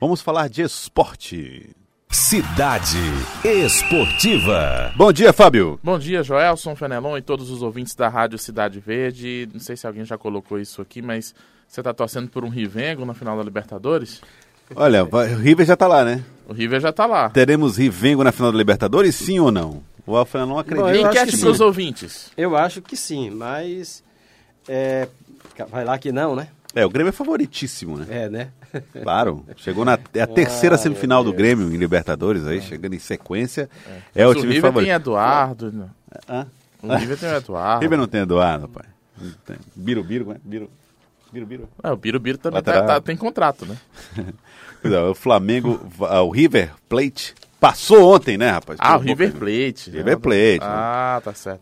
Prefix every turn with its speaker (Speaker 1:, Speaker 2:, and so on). Speaker 1: Vamos falar de esporte.
Speaker 2: Cidade Esportiva.
Speaker 1: Bom dia, Fábio.
Speaker 3: Bom dia, Joelson Fenelon e todos os ouvintes da Rádio Cidade Verde. Não sei se alguém já colocou isso aqui, mas você está torcendo por um Rivengo na final da Libertadores?
Speaker 1: Olha, vai- o River já tá lá, né?
Speaker 3: O River já está lá.
Speaker 1: Teremos Rivengo na final da Libertadores, sim ou não? O Alfredo não acredita.
Speaker 4: Bom, eu acho
Speaker 3: Enquete
Speaker 4: que
Speaker 3: para os
Speaker 4: sim.
Speaker 3: ouvintes.
Speaker 4: Eu acho que sim, mas é, vai lá que não, né?
Speaker 1: É, o Grêmio é favoritíssimo, né?
Speaker 4: É, né?
Speaker 1: Claro. Chegou na é a terceira semifinal do Grêmio em Libertadores, aí chegando em sequência. É, o
Speaker 3: Mas
Speaker 1: time
Speaker 3: River tem
Speaker 1: favorito.
Speaker 3: Eduardo. né?
Speaker 1: Hã?
Speaker 3: O River tem o Eduardo.
Speaker 1: River não tem Eduardo, pai. Não tem. Biro, Biro, né? Biro. Biro, Biro.
Speaker 3: É, o Biro Biro também
Speaker 1: Lateral.
Speaker 3: tá- tá- tem contrato, né?
Speaker 1: Pois é, o Flamengo, ah, o River Plate passou ontem, né, rapaz?
Speaker 3: Ah, o
Speaker 1: Pelo
Speaker 3: River
Speaker 1: Boca, né?
Speaker 3: Plate. né?
Speaker 1: River Plate,
Speaker 3: Ah, tá certo.